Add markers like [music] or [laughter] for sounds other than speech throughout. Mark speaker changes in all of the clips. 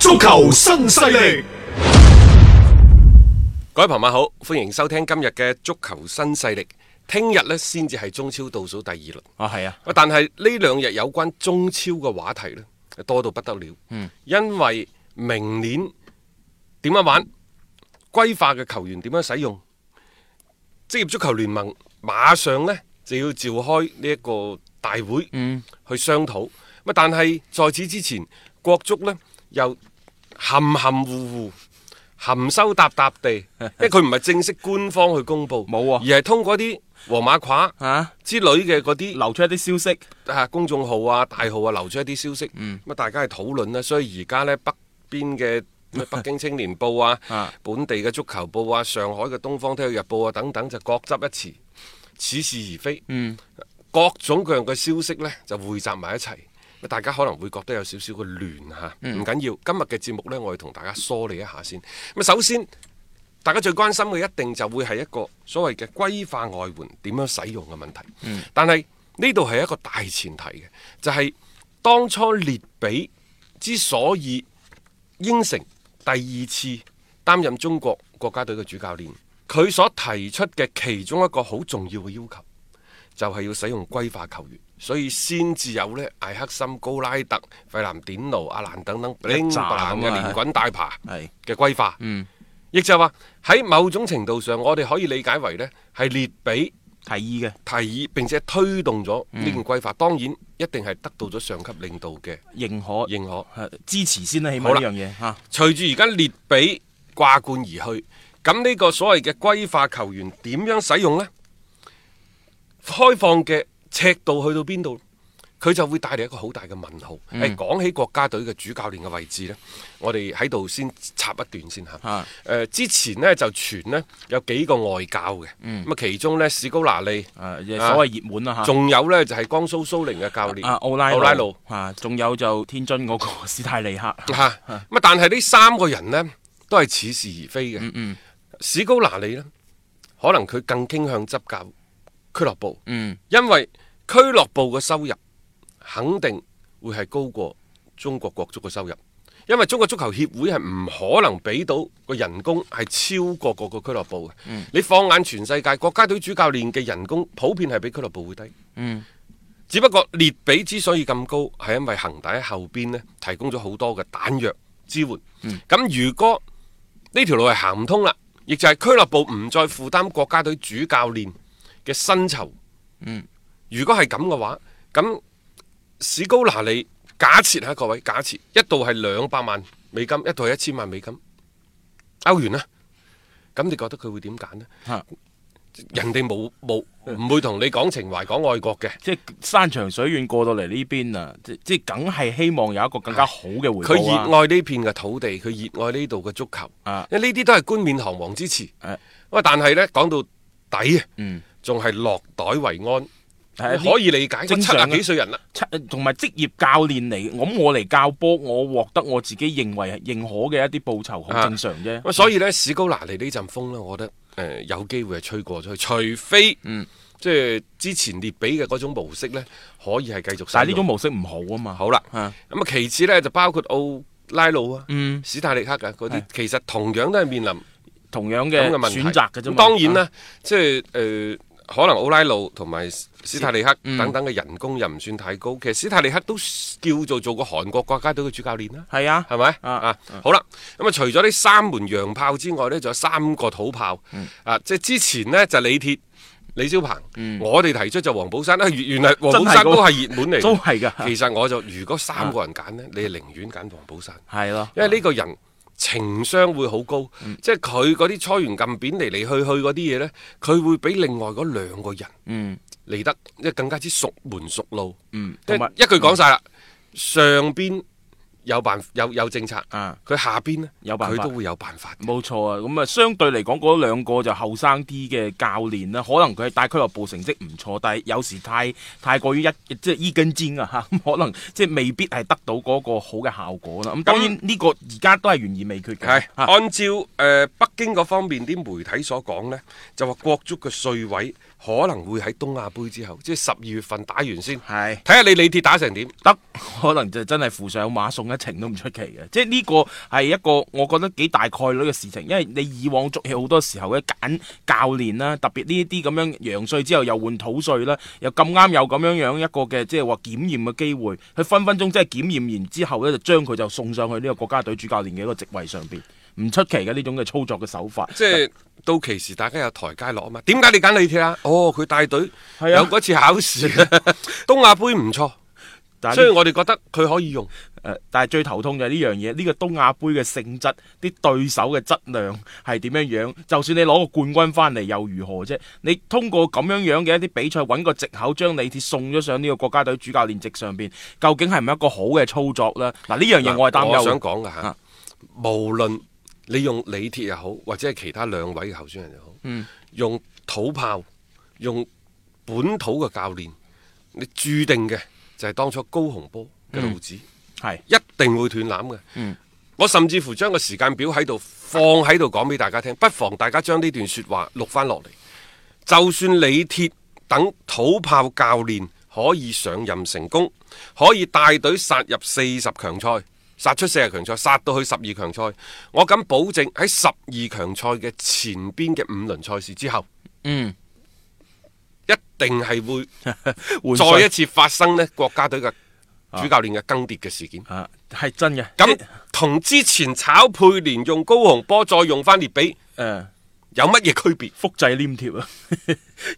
Speaker 1: 足球新勢力，
Speaker 2: 各位朋友好，歡迎收聽今日嘅足球新勢力。聽日呢，先至係中超倒數第二輪。
Speaker 3: 啊，係啊，
Speaker 2: 喂但係呢兩日有關中超嘅話題呢，多到不得了。嗯，因為明年點樣玩，歸化嘅球員點樣使用，職業足球聯盟馬上呢就要召開呢一個大會，
Speaker 3: 嗯
Speaker 2: 去商討。咁啊但係在此之前，國足呢又含含糊糊。含羞答答地，
Speaker 4: [laughs]
Speaker 2: 因為佢唔係正式官方去公布，
Speaker 4: 冇啊
Speaker 2: 而係通過一啲黃馬褂
Speaker 4: 啊
Speaker 2: 之類嘅嗰啲
Speaker 4: 流出一啲消息，嗯
Speaker 2: 啊公眾號啊、大號啊流出一啲消息，咁啊、大家係討論啦。所以而家呢，北邊嘅
Speaker 4: [laughs]
Speaker 2: 咩北京青年報啊、
Speaker 4: 啊
Speaker 2: 本地嘅足球報啊、上海嘅東方體育日報啊等等就各執一詞，似是而非。
Speaker 4: 嗯
Speaker 2: 各種各樣嘅消息呢，就匯集埋一齊，大家可能會覺得有少少嘅亂啊嚇，唔緊要。今日嘅節目呢，我哋同大家梳理一下先。咁首先，大家最關心嘅一定就會係一個所謂嘅規劃外援點樣使用嘅問題。但係呢度係一個大前提嘅，就係、當初列比之所以應承第二次擔任中國國家隊嘅主教練，佢所提出嘅其中一個好重要嘅要求。就係要使用歸化球員，所以先至有呢艾克森、高拉特、費南典奴、阿蘭等等
Speaker 4: 一
Speaker 2: 冰
Speaker 4: 紮
Speaker 2: 冷
Speaker 4: 咁
Speaker 2: 嘅
Speaker 4: 啊
Speaker 2: 連滾帶爬
Speaker 4: 係
Speaker 2: 嘅歸化。
Speaker 4: 嗯，
Speaker 2: 亦就係話喺某種程度上，我哋可以理解為呢係列比
Speaker 4: 提議嘅嗯
Speaker 2: 提議並且推動咗呢件歸化，當然一定係得到咗上級領導嘅
Speaker 4: 認可，
Speaker 2: 認可。
Speaker 4: 係支持先啦，起
Speaker 2: 好
Speaker 4: 碼
Speaker 2: 啦
Speaker 4: 呢樣嘢嚇。
Speaker 2: 隨住而家列比掛冠而去，咁呢個所謂嘅歸化球員點樣使用呢？開放嘅尺度去到邊度？佢就會帶嚟一個好大嘅問號。誒、
Speaker 4: 嗯
Speaker 2: 講起國家隊嘅主教練嘅位置呢，我哋喺度先插一段先嚇。誒
Speaker 4: 啊、
Speaker 2: 之前呢，就傳呢有幾個外教嘅，咁啊、
Speaker 4: 嗯
Speaker 2: 其中呢，史高拿利，啊
Speaker 4: 誒，啊所謂熱門啦嚇。
Speaker 2: 仲有呢就係江蘇蘇寧嘅教練
Speaker 4: 啊，奧拉
Speaker 2: 奧拉魯。
Speaker 4: 啊，仲有就天津嗰個史泰利克，
Speaker 2: 吓咁啊！但係呢三個人呢，都係似是而非嘅。史高拿里呢，可能佢更傾向執教俱樂部，
Speaker 4: 嗯
Speaker 2: 因為俱樂部嘅收入肯定會係高過中國國足嘅收入，因為中國足球協會係唔可能俾到個人工係超過各個俱樂部嘅。你放眼全世界，國家隊主教練嘅人工普遍係比俱樂部會低。
Speaker 4: 嗯
Speaker 2: 只不過列比之所以咁高，係因為恒大喺後邊呢提供咗好多嘅彈藥支援。咁、如果呢條路係行唔通啦，亦就係俱樂部唔再負擔國家隊主教練嘅薪酬。如果係咁嘅話，咁史高拿利假設吓各位假設一度係兩百萬美金，一度係一千萬美金歐元啦、咁你覺得佢會點揀呢？
Speaker 4: 嚇，
Speaker 2: 人哋冇冇唔會同你講情懷、講愛國嘅。
Speaker 4: 即係山長水遠過到嚟呢邊啊，即即係梗係希望有一個更加好嘅回
Speaker 2: 佢
Speaker 4: 報
Speaker 2: 熱
Speaker 4: 啊
Speaker 2: 愛呢片嘅土地，佢熱愛呢度嘅足球，
Speaker 4: 啊
Speaker 2: 因為呢啲都係冠冕堂皇之詞。
Speaker 4: 啊
Speaker 2: 喂，但係呢，講到底啊，
Speaker 4: 嗯
Speaker 2: 仲係落袋為
Speaker 4: 係
Speaker 2: 安，
Speaker 4: 一啲
Speaker 2: 可以理解。
Speaker 4: 正
Speaker 2: 七
Speaker 4: 常啊
Speaker 2: 十
Speaker 4: 嘅
Speaker 2: 幾歲人啦，
Speaker 4: 七同埋職業教練嚟，咁我嚟教波，我獲得我自己認為認可嘅一啲報酬，好
Speaker 2: 啊
Speaker 4: 正常啫。
Speaker 2: 咁所以呢，史高拿利呢陣風呢，我覺得誒、呃有機會係吹過咗去，除非
Speaker 4: 嗯
Speaker 2: 即係之前列比嘅嗰種模式呢，可以係繼續使用。
Speaker 4: 但係呢種模式唔好啊嘛。
Speaker 2: 好啦，
Speaker 4: 啊
Speaker 2: 咁啊，其次呢，就包括奧拉魯啊、
Speaker 4: 嗯
Speaker 2: 史泰力克啊嗰啲
Speaker 4: 係，
Speaker 2: 其實同樣都係面臨。
Speaker 4: 同樣
Speaker 2: 咁
Speaker 4: 嘅
Speaker 2: 嘅問題
Speaker 4: 選擇嘅啫
Speaker 2: 咁
Speaker 4: 嘛。
Speaker 2: 當然啦，
Speaker 4: 啊，
Speaker 2: 即係誒呃可能奧拉路同埋斯泰利克
Speaker 4: 嗯
Speaker 2: 等等嘅人工又唔算太高。其實斯泰利克都叫做做過韓國國家隊嘅主教練啦。
Speaker 4: 係啊
Speaker 2: 係咪
Speaker 4: 啊
Speaker 2: 啊？好啦，咁啊，除咗呢三門洋炮之外呢，仲有三個土炮。
Speaker 4: 嗯
Speaker 2: 啊，即係之前呢，就李鐵。李小鵬，我哋提出就黃寶山啊，原原來黃寶
Speaker 4: 嗯真係
Speaker 2: 山
Speaker 4: 嗰個
Speaker 2: 都係熱門嚟嘅，
Speaker 4: [laughs] 都係㗎啊
Speaker 2: 其實我就如果三個人揀呢，你係寧願揀黃寶山。
Speaker 4: 係咯，
Speaker 2: 因為呢個人情商會好高，
Speaker 4: 嗯
Speaker 2: 即係佢嗰啲搓完撳扁嚟嚟去去嗰啲嘢呢，佢會比另外嗰兩個人嚟得即係更加之熟門熟路。
Speaker 4: 嗯
Speaker 2: 即係
Speaker 4: 同埋
Speaker 2: 一句講晒啦，上邊有辦有有政策，
Speaker 4: 啊
Speaker 2: 佢下邊呢，
Speaker 4: 有辦
Speaker 2: 佢
Speaker 4: 法
Speaker 2: 都會有辦法。
Speaker 4: 冇錯啊。咁啊，相對嚟講，嗰兩個就後生啲嘅教練啦，可能佢係帶俱樂部成績唔錯，但係有時太太過於一即係一根尖啊 [laughs] 嚇，咁可能即係未必係得到嗰個好嘅效果啦。咁當然呢個而家都係懸而未決嘅
Speaker 2: 係，
Speaker 4: 啊
Speaker 2: 按照誒、呃北京嗰方面啲媒體所講呢，就話國足嘅帥位可能會喺東亞杯之後，即係十二月份打完先，
Speaker 4: 係。
Speaker 2: 睇下你李鐵打成點。
Speaker 4: 得可能就真係扶上馬送一程都唔出奇嘅，即係呢個係一個我覺得幾大概率嘅事情，因為你以往足協好多時候咧揀教練啦，特別呢一啲咁樣洋帥之後又換土帥啦，又咁啱有咁樣樣一個嘅即係話檢驗嘅機會，佢分分鐘即係檢驗完之後咧就將佢就送上去呢個國家隊主教練嘅一個席位上邊，唔出奇嘅呢種嘅操作嘅手法。
Speaker 2: 即係到期時大家有台階落啊嘛。點解你揀李鐵啊？哦，佢帶隊
Speaker 4: 係啊
Speaker 2: 有嗰次考
Speaker 4: [laughs]
Speaker 2: 試，東亞杯唔錯，
Speaker 4: 但係呢
Speaker 2: 所以我哋覺得佢可以用。
Speaker 4: 誒、呃但係最頭痛就係呢樣嘢，呢、個東亞杯嘅性質，啲對手嘅質量係點樣樣？就算你攞個冠軍翻嚟又如何啫？你通過咁樣樣嘅一啲比賽揾個藉口將李鐵送咗上呢個國家隊主教練席上邊，究竟係唔係一個好嘅操作呢？嗱，呢樣嘢我係擔
Speaker 2: 我想
Speaker 4: 憂嘅。
Speaker 2: 講嘅嚇
Speaker 4: 啊，
Speaker 2: 無論你用李鐵又好，或者係其他兩位嘅候選人又好，
Speaker 4: 嗯
Speaker 2: 用土炮，用本土嘅教練，你注定嘅就係當初高洪波嘅路子。
Speaker 4: 嗯係嗯
Speaker 2: 一定會斷攬嘅。我甚至乎將個時間表喺度放喺度講俾大家聽，不妨大家將呢段説話錄翻落嚟。就算李鐵等土炮教練可以上任成功，可以帶隊殺入四十強賽，殺出四十強賽，殺到去十二強賽，我敢保證喺十二強賽嘅前邊嘅五輪賽事之後，
Speaker 4: 嗯，
Speaker 2: 一定係會
Speaker 4: [laughs] 換啊帥
Speaker 2: 再一次發生呢國家隊嘅主教練嘅更迭嘅事件。
Speaker 4: 啊，係真嘅。
Speaker 2: 咁
Speaker 4: 即
Speaker 2: 同之前炒佩連用高洪波再用翻列比
Speaker 4: 誒
Speaker 2: 有乜嘢區別？
Speaker 4: 呃複製黏貼啊， [laughs]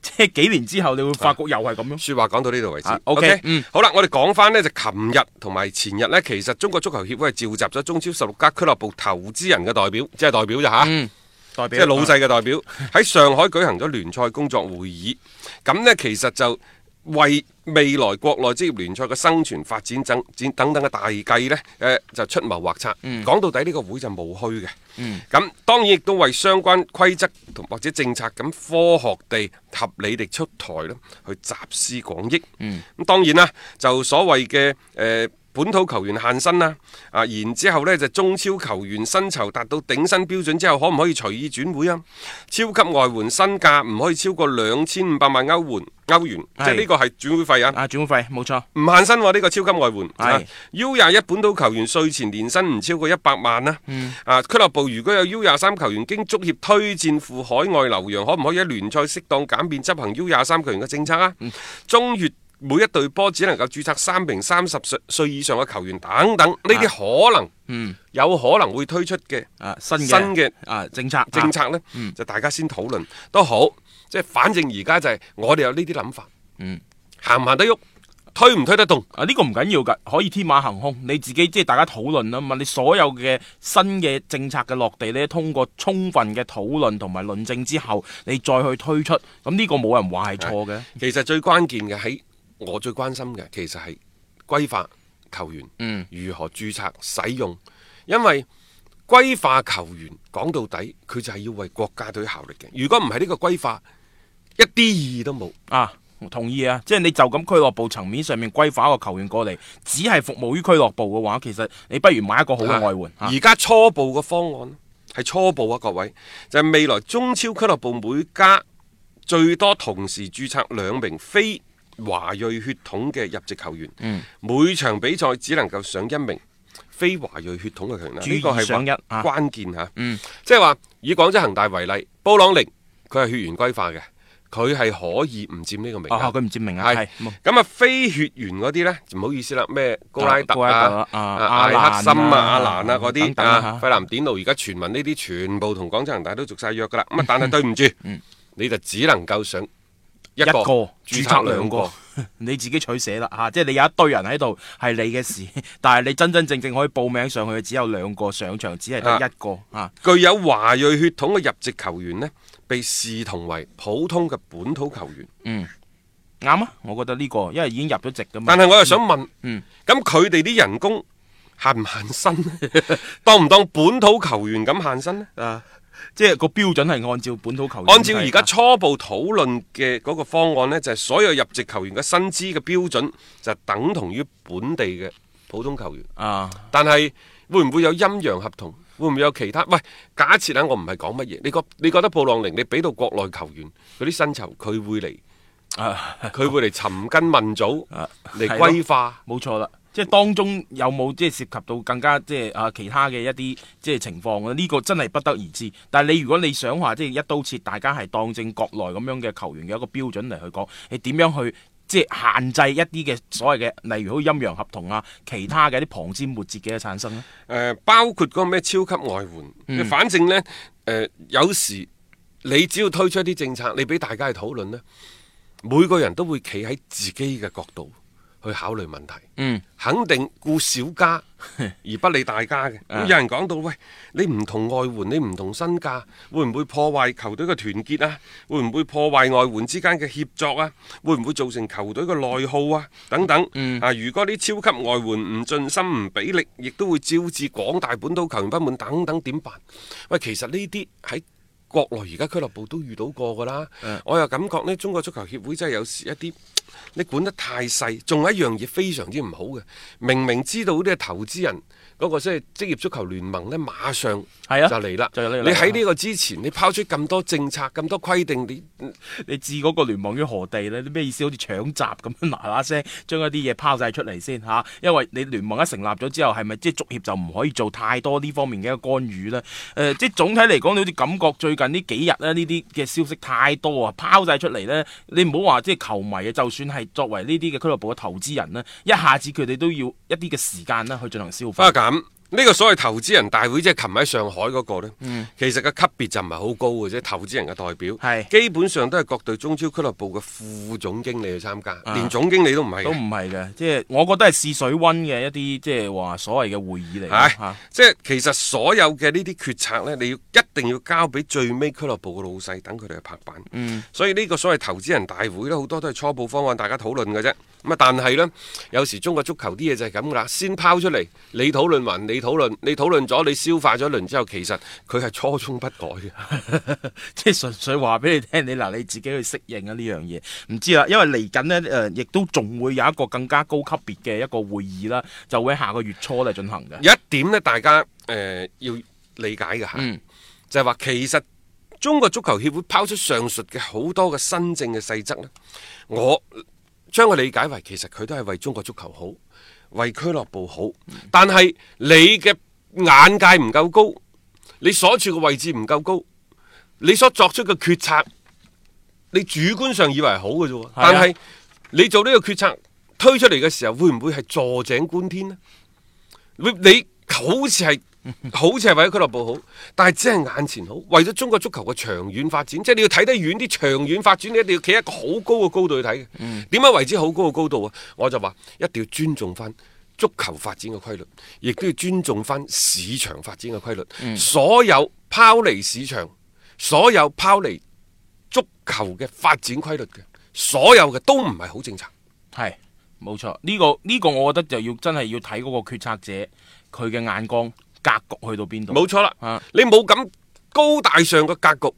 Speaker 4: 即係幾年之後你會發覺又係咁樣。
Speaker 2: 説話講到呢度為止。
Speaker 4: 啊，OK，嗯
Speaker 2: 好啦，我哋講翻呢，就琴日同埋前日呢，其實中國足球協會係召集咗中超十六家俱樂部投資人嘅代表，即係代表咋吓。
Speaker 4: 嗯，代
Speaker 2: 即
Speaker 4: 表
Speaker 2: 係老細嘅代表 [laughs] 喺上海舉行咗聯賽工作會議，咁呢，其實就為未來國內職業聯賽嘅生存發展等等等嘅大計呢，誒、就出謀劃策。
Speaker 4: 嗯
Speaker 2: 講到底呢個會就冇虛嘅，咁、當然亦都為相關規則同或者政策咁科學地、合理地出台啦，去集思廣益。咁、
Speaker 4: 嗯
Speaker 2: 當然啦，就所謂嘅誒。呃本土球員限薪啦，啊，然之後呢，就中超球員薪酬達到頂薪標準之後，可唔可以隨意轉會啊？超級外援身價唔可以超過兩千五百萬歐元，歐元即
Speaker 4: 係
Speaker 2: 係呢個係轉會費啊，
Speaker 4: 啊，轉會費冇錯。
Speaker 2: 唔限薪喎、呢、個超級外援。啊
Speaker 4: 係
Speaker 2: U 廿一本土球員税前年薪唔超過一百萬啦、啊。
Speaker 4: 嗯
Speaker 2: 俱樂部如果有 U 廿三球員經足協推薦赴海外留洋，可唔可以喺聯賽適當減免執行 U 廿三球員嘅政策啊？
Speaker 4: 嗯
Speaker 2: 中越每一隊波只能夠註冊三名三十歲歲以上嘅球員等等，呢啲可能、有可能會推出嘅
Speaker 4: 嗯啊，新嘅
Speaker 2: 新嘅
Speaker 4: 啊嗯政策
Speaker 2: 政策呢，就大家先討論都好，即係反正而家就係我哋有呢啲諗法，
Speaker 4: 嗯
Speaker 2: 行唔行得喐，推唔推得動？
Speaker 4: 啊！呢、個唔緊要㗎，可以天馬行空，你自己即係大家討論啊嘛。你所有嘅新嘅政策嘅落地呢，通過充分嘅討論同埋論證之後，你再去推出，咁呢個冇人話係錯嘅。
Speaker 2: 其實最關鍵嘅喺我最關心嘅，其實係規劃球員、
Speaker 4: 嗯
Speaker 2: 如何註冊使用，因為規劃球員講到底，佢就係要為國家隊效力嘅。如果唔係呢個規劃，一啲意義都冇。
Speaker 4: 啊，我同意啊！即係你就咁俱樂部層面上面規劃一個球員過嚟，只係服務於俱樂部嘅話，其實你不如買一個好嘅外援。啊
Speaker 2: 而家初步嘅方案係初步啊，各位就係、未來中超俱樂部每家最多同時註冊兩名非華裔血統嘅入籍球員，
Speaker 4: 嗯
Speaker 2: 每場比賽只能夠上一名非華裔血統嘅球員啦。
Speaker 4: 注意
Speaker 2: 呢個係
Speaker 4: 上一啊
Speaker 2: 關鍵嚇，即係話以廣州恒大為例，布朗寧佢係血緣歸化嘅，佢係可以唔佔呢個名
Speaker 4: 啊，
Speaker 2: 額。
Speaker 4: 佢唔知明啊，
Speaker 2: 係
Speaker 4: 係冇
Speaker 2: 咁啊，非血緣嗰啲呢，就唔好意思啦，咩高拉特啊
Speaker 4: 高拉、特啊
Speaker 2: 艾
Speaker 4: 阿
Speaker 2: 克森
Speaker 4: 蘭
Speaker 2: 啊、
Speaker 4: 啊
Speaker 2: 阿蘭啊嗰
Speaker 4: 等
Speaker 2: 啲
Speaker 4: 等啊
Speaker 2: 啊，費南典奴而家傳聞呢啲全部同廣州恒大都續晒約噶啦。咁啊，但係對唔住，你就只能夠上一
Speaker 4: 一
Speaker 2: 個
Speaker 4: 個
Speaker 2: 註
Speaker 4: 註
Speaker 2: 冊
Speaker 4: 冊
Speaker 2: 兩
Speaker 4: 兩
Speaker 2: 個
Speaker 4: 個。， [laughs] 你自己取捨啦嚇、啊即係你有一堆人喺度係你嘅事，但係你真真正正可以報名上去嘅只有兩個上場，只係得一個啊
Speaker 2: 具有華裔血統嘅入籍球員呢，被視同為普通嘅本土球員。
Speaker 4: 啱啊！我覺得呢、個因為已經入咗籍噶嘛
Speaker 2: 但，係我又想問，
Speaker 4: 嗯
Speaker 2: 咁佢哋啲人工限唔限薪呢？ [laughs] 當唔當本土球員咁限薪呢？
Speaker 4: 啊即係個標準係按照本土球員計，
Speaker 2: 按照而家初步討論嘅嗰個方案呢，就係、所有入籍球員嘅薪資嘅標準就等同於本地嘅普通球員。
Speaker 4: 啊
Speaker 2: 但係會唔會有陰陽合同？會唔會有其他？喂，假設啊，我唔係講乜嘢，你覺你覺得布朗寧你俾到國內球員嗰啲薪酬，佢會嚟
Speaker 4: 啊
Speaker 2: 佢會嚟尋根問祖
Speaker 4: [laughs] 啊
Speaker 2: 嚟
Speaker 4: 係咯
Speaker 2: 規劃。
Speaker 4: 冇錯啦。即係當中有冇即係涉及到更加即係啊其他嘅一啲即係情況咧？呢、個真係不得而知。但係你如果你想話即係一刀切，大家係當正國內咁樣嘅球員嘅一個標準嚟去講，你點樣去即係限制一啲嘅所謂嘅，例如好似陰陽合同啊，其他嘅一啲旁枝末節嘅產生呢？
Speaker 2: 誒、包括嗰個咩超級外援，
Speaker 4: 嗯
Speaker 2: 反正呢，誒、有時你只要推出一啲政策，你俾大家去討論呢，每個人都會企喺自己嘅角度去考慮問題。
Speaker 4: 嗯，
Speaker 2: 肯定顧小家而不理大家嘅。咁有人講到喂，你唔同外援，你唔同身價，會唔會破壞球隊嘅團結啊？會唔會破壞外援之間嘅協作啊？會唔會造成球隊嘅內耗啊？等等。啊，如果啲超級外援唔盡心唔俾力，亦都會招致廣大本土球員不滿等等，點辦？喂，其實呢啲喺國內而家俱樂部都遇到過㗎啦。
Speaker 4: 啊
Speaker 2: 我又感覺呢，中國足球協會真係有時一啲你管得太細，仲有一樣嘢非常之唔好嘅，明明知道呢個投資人嗰個即係職業足球聯盟呢，馬上
Speaker 4: 係啊
Speaker 2: 就嚟啦。
Speaker 4: 就嚟啦
Speaker 2: 你喺呢個之前，你拋出咁多政策、咁多規定，你
Speaker 4: 你置嗰個聯盟於何地呢？你咩意思？好似搶閘咁樣嗱嗱聲，將一啲嘢拋晒出嚟先嚇、因為你聯盟一成立咗之後，係咪即係足協就唔可以做太多呢方面嘅一個干預呢？誒、即係總體嚟講，你好似感覺最近呢幾日咧，呢啲嘅消息太多啊，拋晒出嚟呢。你唔好話即係球迷啊，就算係作為呢啲嘅俱樂部嘅投資人呢，一下子佢哋都要一啲嘅時間啦去進行消
Speaker 2: 不過
Speaker 4: 化。
Speaker 2: 咁呢個所謂投資人大會，即係琴日喺上海嗰個呢，
Speaker 4: 嗯
Speaker 2: 其實個級別就唔係好高嘅啫。投資人嘅代表
Speaker 4: 係
Speaker 2: 基本上都係各隊中超俱樂部嘅副總經理去參加，
Speaker 4: 啊
Speaker 2: 連總經理都唔係嘅。
Speaker 4: 都唔係嘅，即係我覺得係試水温嘅一啲，即係話所謂嘅會議嚟嘅
Speaker 2: 係
Speaker 4: 嚇。
Speaker 2: 即係其實所有嘅呢啲決策呢，你要一定要交俾最尾俱樂部嘅老細，等佢哋去拍板。
Speaker 4: 嗯
Speaker 2: 所以呢個所謂投資人大會呢，好多都係初步方案，大家討論嘅啫。咁啊，但係呢，有時中國足球啲嘢就係咁噶啦，先拋出嚟，你討論完，你討論，你討論咗，你消化咗一輪之後，其實佢係初衷不改嘅。
Speaker 4: 即係純粹話俾你聽，你嗱你自己去適應啊呢樣嘢，唔知啦，啊因為嚟緊呢，誒、呃亦都仲會有一個更加高級別嘅一個會議啦，就會喺下個月初嚟進行嘅。
Speaker 2: 有一點呢，大家誒、呃要理解嘅嚇，
Speaker 4: 嗯
Speaker 2: 就係話其實中國足球協會拋出上述嘅好多嘅新政嘅細則呢，我將佢理解為其實佢都係為中國足球好，為俱樂部好。
Speaker 4: 嗯
Speaker 2: 但係你嘅眼界唔夠高，你所處嘅位置唔夠高，你所作出嘅決策，你主觀上以為係好嘅啫喎，
Speaker 4: 係啊
Speaker 2: 但係你做呢個決策推出嚟嘅時候，會唔會係坐井觀天呢？你你好似係好似係為咗俱樂部好，但係只係眼前好，為咗中國足球嘅長遠發展，即係你要睇得遠啲，長遠發展你一定要企一個好高嘅高度去睇嘅。點解為之好高嘅高度啊？我就話一定要尊重翻。足球發展嘅規律，亦都要尊重翻市場發展嘅規律。所有拋離市場，所有拋離足球嘅發展規律嘅，所有嘅都唔係好政策。
Speaker 4: 係冇錯，呢、個呢、個我覺得就要真係要睇嗰個決策者佢嘅眼光格局去到邊度。
Speaker 2: 冇錯啦，
Speaker 4: 啊
Speaker 2: 你冇咁高大上嘅格局，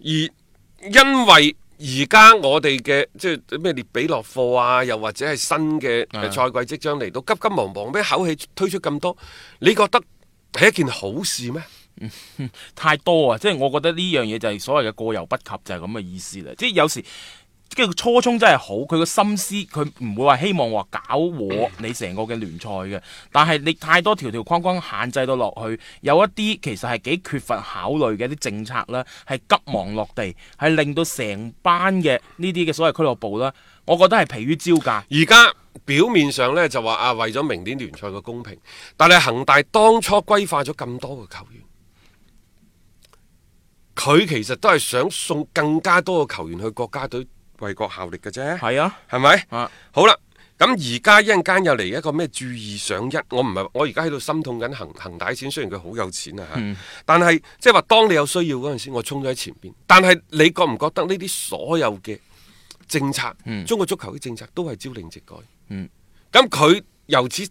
Speaker 2: 而因為而家我哋嘅即係咩列比落貨啊，又或者係新嘅呃賽季即將嚟到，急急忙忙咩口氣推出咁多，你覺得係一件好事咩？
Speaker 4: 太多啊！即係我覺得呢樣嘢就係所謂嘅過猶不及，就係咁嘅意思啦。即係有時跟住初衷真係好，佢個心思佢唔會話希望話搞和你成個嘅聯賽嘅，但係你太多條條框框限制到落去，有一啲其實係幾缺乏考慮嘅一啲政策啦，係急忙落地，係令到成班嘅呢啲嘅所謂俱樂部啦，我覺得係疲於招架。
Speaker 2: 而家表面上呢，就話啊，為咗明年聯賽嘅公平，但係恒大當初規劃咗咁多嘅球員，佢其實都係想送更加多嘅球員去國家隊為國效力嘅啫。
Speaker 4: 係啊，
Speaker 2: 係咪？
Speaker 4: 啊
Speaker 2: 好啦，咁而家一陣間又嚟一個咩注意上一，我唔係，我而家喺度心痛緊恒恒大錢，雖然佢好有錢啊吓，但係即係話當你有需要嗰陣時，我衝咗喺前邊。但係你覺唔覺得呢啲所有嘅政策，中國足球嘅政策都係朝令夕改？咁佢、由此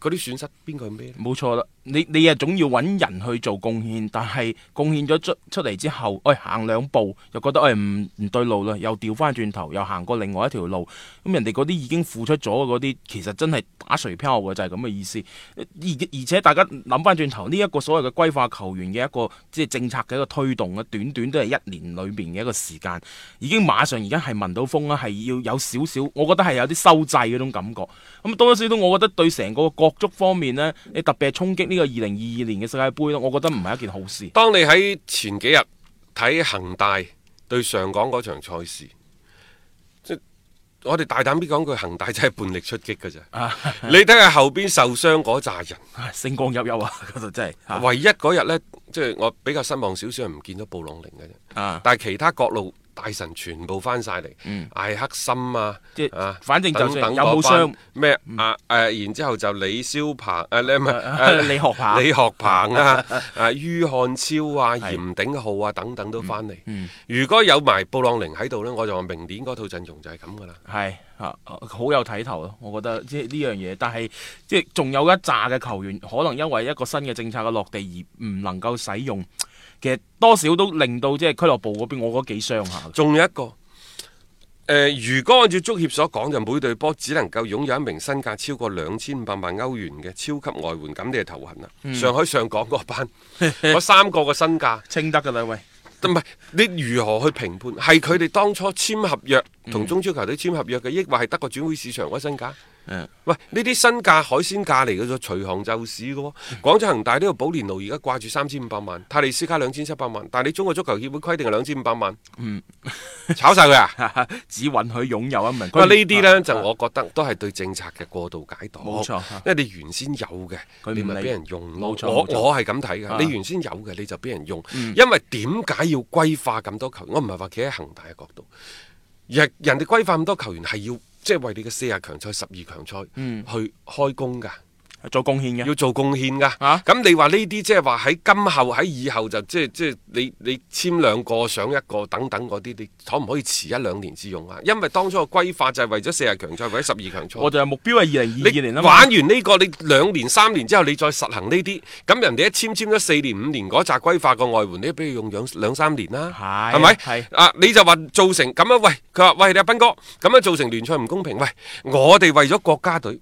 Speaker 2: 嗰啲損失邊個係咩呢？
Speaker 4: 冇錯啦，你你又總要揾人去做貢獻，但係貢獻咗出出嚟之後，喂、行兩步又覺得喂唔唔對路啦，又調翻轉頭，又行過另外一條路。咁人哋嗰啲已經付出咗嘅嗰啲，其實真係打水漂嘅，就係咁嘅意思。而而且大家諗翻轉頭，呢、一個所謂嘅規劃球員嘅一個即係政策嘅一個推動嘅，短短都係一年裏邊嘅一個時間，已經馬上而家係聞到風啦，係要有少少，我覺得係有啲收掣嗰種感覺。咁多多少少，我覺得對成個國足方面呢，你特別係衝擊呢個二零二二年嘅世界盃咯，我覺得唔係一件好事。
Speaker 2: 當你喺前幾日睇恒大對上港嗰場賽事，即我哋大膽啲講句，恒大真係半力出擊嘅啫。你睇下後邊受傷嗰扎人，
Speaker 4: 唉 [laughs] 星光熠熠啊，嗰度真係嚇
Speaker 2: 唯一嗰日呢，即係我比較失望少少，係唔見咗布朗寧嘅啫。
Speaker 4: 啊嗯
Speaker 2: 但係其他各路大神全部翻晒嚟，艾克森啊，
Speaker 4: 即係
Speaker 2: 啊
Speaker 4: 反正就算
Speaker 2: 等等
Speaker 4: 有
Speaker 2: 嗰
Speaker 4: 冇
Speaker 2: 班
Speaker 4: 傷嗯
Speaker 2: 咩啊誒，然之後就李霄鵬誒，你唔係
Speaker 4: 啊
Speaker 2: 啊
Speaker 4: 李學鵬
Speaker 2: 李學鵬
Speaker 4: [laughs]
Speaker 2: 啊，啊於漢超啊、嚴鼎浩啊等
Speaker 4: 嗯
Speaker 2: 等都翻嚟。如果有埋布朗寧喺度呢，我就話明年嗰套陣容就係咁噶啦。
Speaker 4: 係嚇，好有睇頭咯，我覺得即係呢樣嘢。但係即係仲有一紮嘅球員，可能因為一個新嘅政策嘅落地而唔能夠使用，其實多少都令到即係俱樂部嗰邊，我覺得幾傷下嘅。
Speaker 2: 仲有一個，誒、如果按照足協所講，就每隊波只能夠擁有一名身價超過兩千五百萬歐元嘅超級外援，咁你就頭痕啦。上海上港嗰班，嗰三個嘅身價，
Speaker 4: 清得㗎啦，喂，
Speaker 2: 唔係你如何去評判？係佢哋當初簽合約同中超球隊簽合約嘅，抑或係德國轉會市場嗰身價？
Speaker 4: 嗯
Speaker 2: 喂，呢啲身價海鮮價嚟嘅啫，隨行就市嘅喎。廣州恒大呢個保連奴而家掛住三千五百萬，泰利斯卡兩千七百萬，但係你中國足球協會規定係兩千五百萬，炒晒佢啊！
Speaker 4: 只允許擁有一啊名。
Speaker 2: 不過呢啲呢，就我覺得都係對政策嘅過度解讀。
Speaker 4: 啊冇錯啊
Speaker 2: 因為你原先有嘅，
Speaker 4: 佢唔
Speaker 2: 你咪
Speaker 4: 理
Speaker 2: 俾人用咯。
Speaker 4: 冇錯
Speaker 2: 我
Speaker 4: 冇錯
Speaker 2: 我係咁睇
Speaker 4: 啊嗯
Speaker 2: 嘅，你原先有嘅你就俾人用。因為點解要規化咁多球員？我唔係話企喺恒大嘅角度，而係人哋規化咁多球員係要即係為你嘅四十強賽、十二強賽
Speaker 4: 嗯
Speaker 2: 去開工㗎。
Speaker 4: 做貢獻嘅
Speaker 2: 要。做貢獻噶。咁、
Speaker 4: 啊
Speaker 2: 你話呢啲即係話喺今後喺以後就即係即係你你簽兩個上一個等等嗰啲，你可唔可以遲一兩年至用啊？因為當初個規劃就係為咗四十強賽或者十二強賽。
Speaker 4: 我就係目標係二零二二年
Speaker 2: 你
Speaker 4: 啦
Speaker 2: 玩
Speaker 4: 嘛。
Speaker 2: 完呢、個，你兩年三年之後，你再實行呢啲，咁人哋一簽簽咗四年五年嗰扎規劃個外援，你都俾佢用兩兩三年啦，
Speaker 4: 係
Speaker 2: 係咪？
Speaker 4: 係
Speaker 2: 啊，你就話造成咁樣，喂，佢話喂，你阿斌哥咁樣造成聯賽唔公平，喂，我哋為咗國家隊。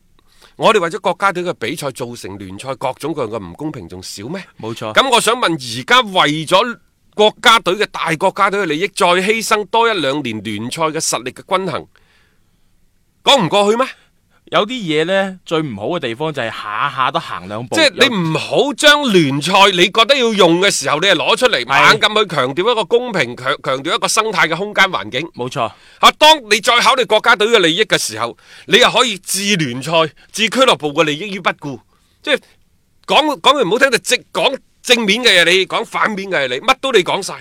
Speaker 2: 我哋為咗國家隊嘅比賽造成聯賽各種各樣嘅唔公平，仲少咩？
Speaker 4: 冇錯
Speaker 2: 咁我想問，而家為咗國家隊嘅大國家隊嘅利益，再犧牲多一兩年聯賽嘅實力嘅均衡，講唔過去咩？
Speaker 4: 有啲嘢呢，最唔好嘅地方就係下下都行兩步。
Speaker 2: 即係你唔好將聯賽你覺得要用嘅時候，你係攞出嚟
Speaker 4: 係
Speaker 2: 猛咁去強調一個公平，強強調一個生態嘅空間環境。
Speaker 4: 冇錯，
Speaker 2: 啊，當你再考慮國家隊嘅利益嘅時候，你又可以置聯賽、置俱樂部嘅利益於不顧。即係講講句唔好聽，就直講正面嘅嘢你，講反面嘅嘢你，乜都你講
Speaker 4: [laughs]
Speaker 2: 晒。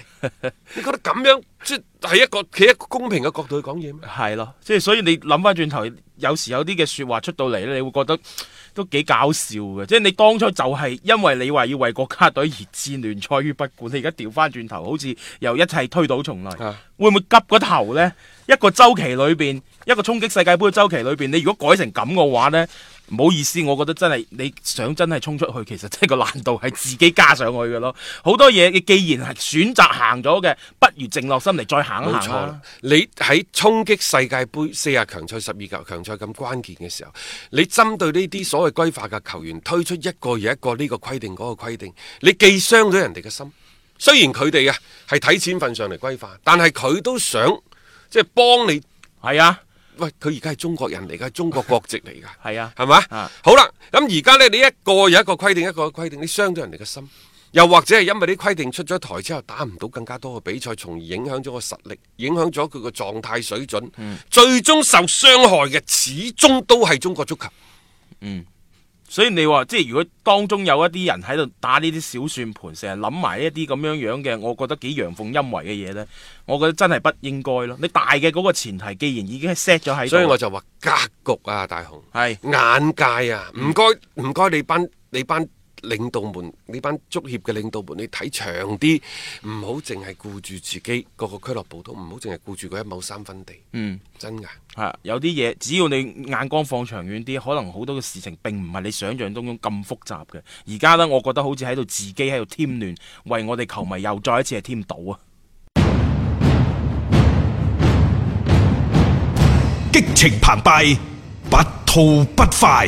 Speaker 2: 你覺得咁樣即係一個企一個公平嘅角度去講嘢咩？
Speaker 4: 係咯，即係所以你諗翻轉頭，有時有啲嘅説話出到嚟呢，你會覺得都幾搞笑嘅。即係你當初就係因為你話要為國家隊而戰聯賽於不顧，你而家調翻轉頭，好似又一切推倒重來，
Speaker 2: 啊
Speaker 4: 會唔會急個頭呢？一個周期裏邊，一個衝擊世界盃嘅周期裏邊，你如果改成咁嘅話呢，唔好意思，我覺得真係你想真係衝出去，其實真係個難度係自己加上去
Speaker 2: [laughs]
Speaker 4: 嘅咯。好多嘢，你既然係選擇行咗嘅，不如靜落心嚟再行一啊
Speaker 2: 冇
Speaker 4: 行
Speaker 2: 錯
Speaker 4: 啦
Speaker 2: 啦。，你喺衝擊世界盃四十強賽、十二強強賽咁關鍵嘅時候，你針對呢啲所謂規劃嘅球員推出一個又一個呢個規定嗰個規定，你既傷咗人哋嘅心。雖然佢哋啊係睇錢份上嚟規劃，但係佢都想。即係幫你。
Speaker 4: 係啊，
Speaker 2: 喂，佢而家係中國人嚟噶，係中國國籍嚟噶，
Speaker 4: 係啊
Speaker 2: 係嘛
Speaker 4: 啊？
Speaker 2: 好啦，咁而家呢，你一個有一個規定，一個規定，你傷咗人哋嘅心，又或者係因為啲規定出咗台之後打唔到更加多嘅比賽，從而影響咗個實力，影響咗佢個狀態水準，
Speaker 4: 嗯
Speaker 2: 最終受傷害嘅始終都係中國足球。
Speaker 4: 所以你話即係如果當中有一啲人喺度打呢啲小算盤，成日諗埋呢一啲咁樣樣嘅，我覺得幾陽奉陰違嘅嘢呢，我覺得真係不應該咯。你大嘅嗰個前提，既然已經係 set 咗喺度，
Speaker 2: 所以我就話格局啊，大雄
Speaker 4: 係
Speaker 2: 眼界啊，唔該唔該你班你班領導們，你班足協嘅領導們，你睇長啲，唔好淨係顧住自己個個俱樂部都唔好淨係顧住嗰一畝三分地，
Speaker 4: 嗯。
Speaker 2: 真㗎。
Speaker 4: 係有啲嘢，只要你眼光放長遠啲，可能好多嘅事情並唔係你想象當中咁複雜嘅。而家呢，我覺得好似喺度自己喺度添亂，為我哋球迷又再一次係添堵啊！
Speaker 1: 激情澎湃，不吐不快。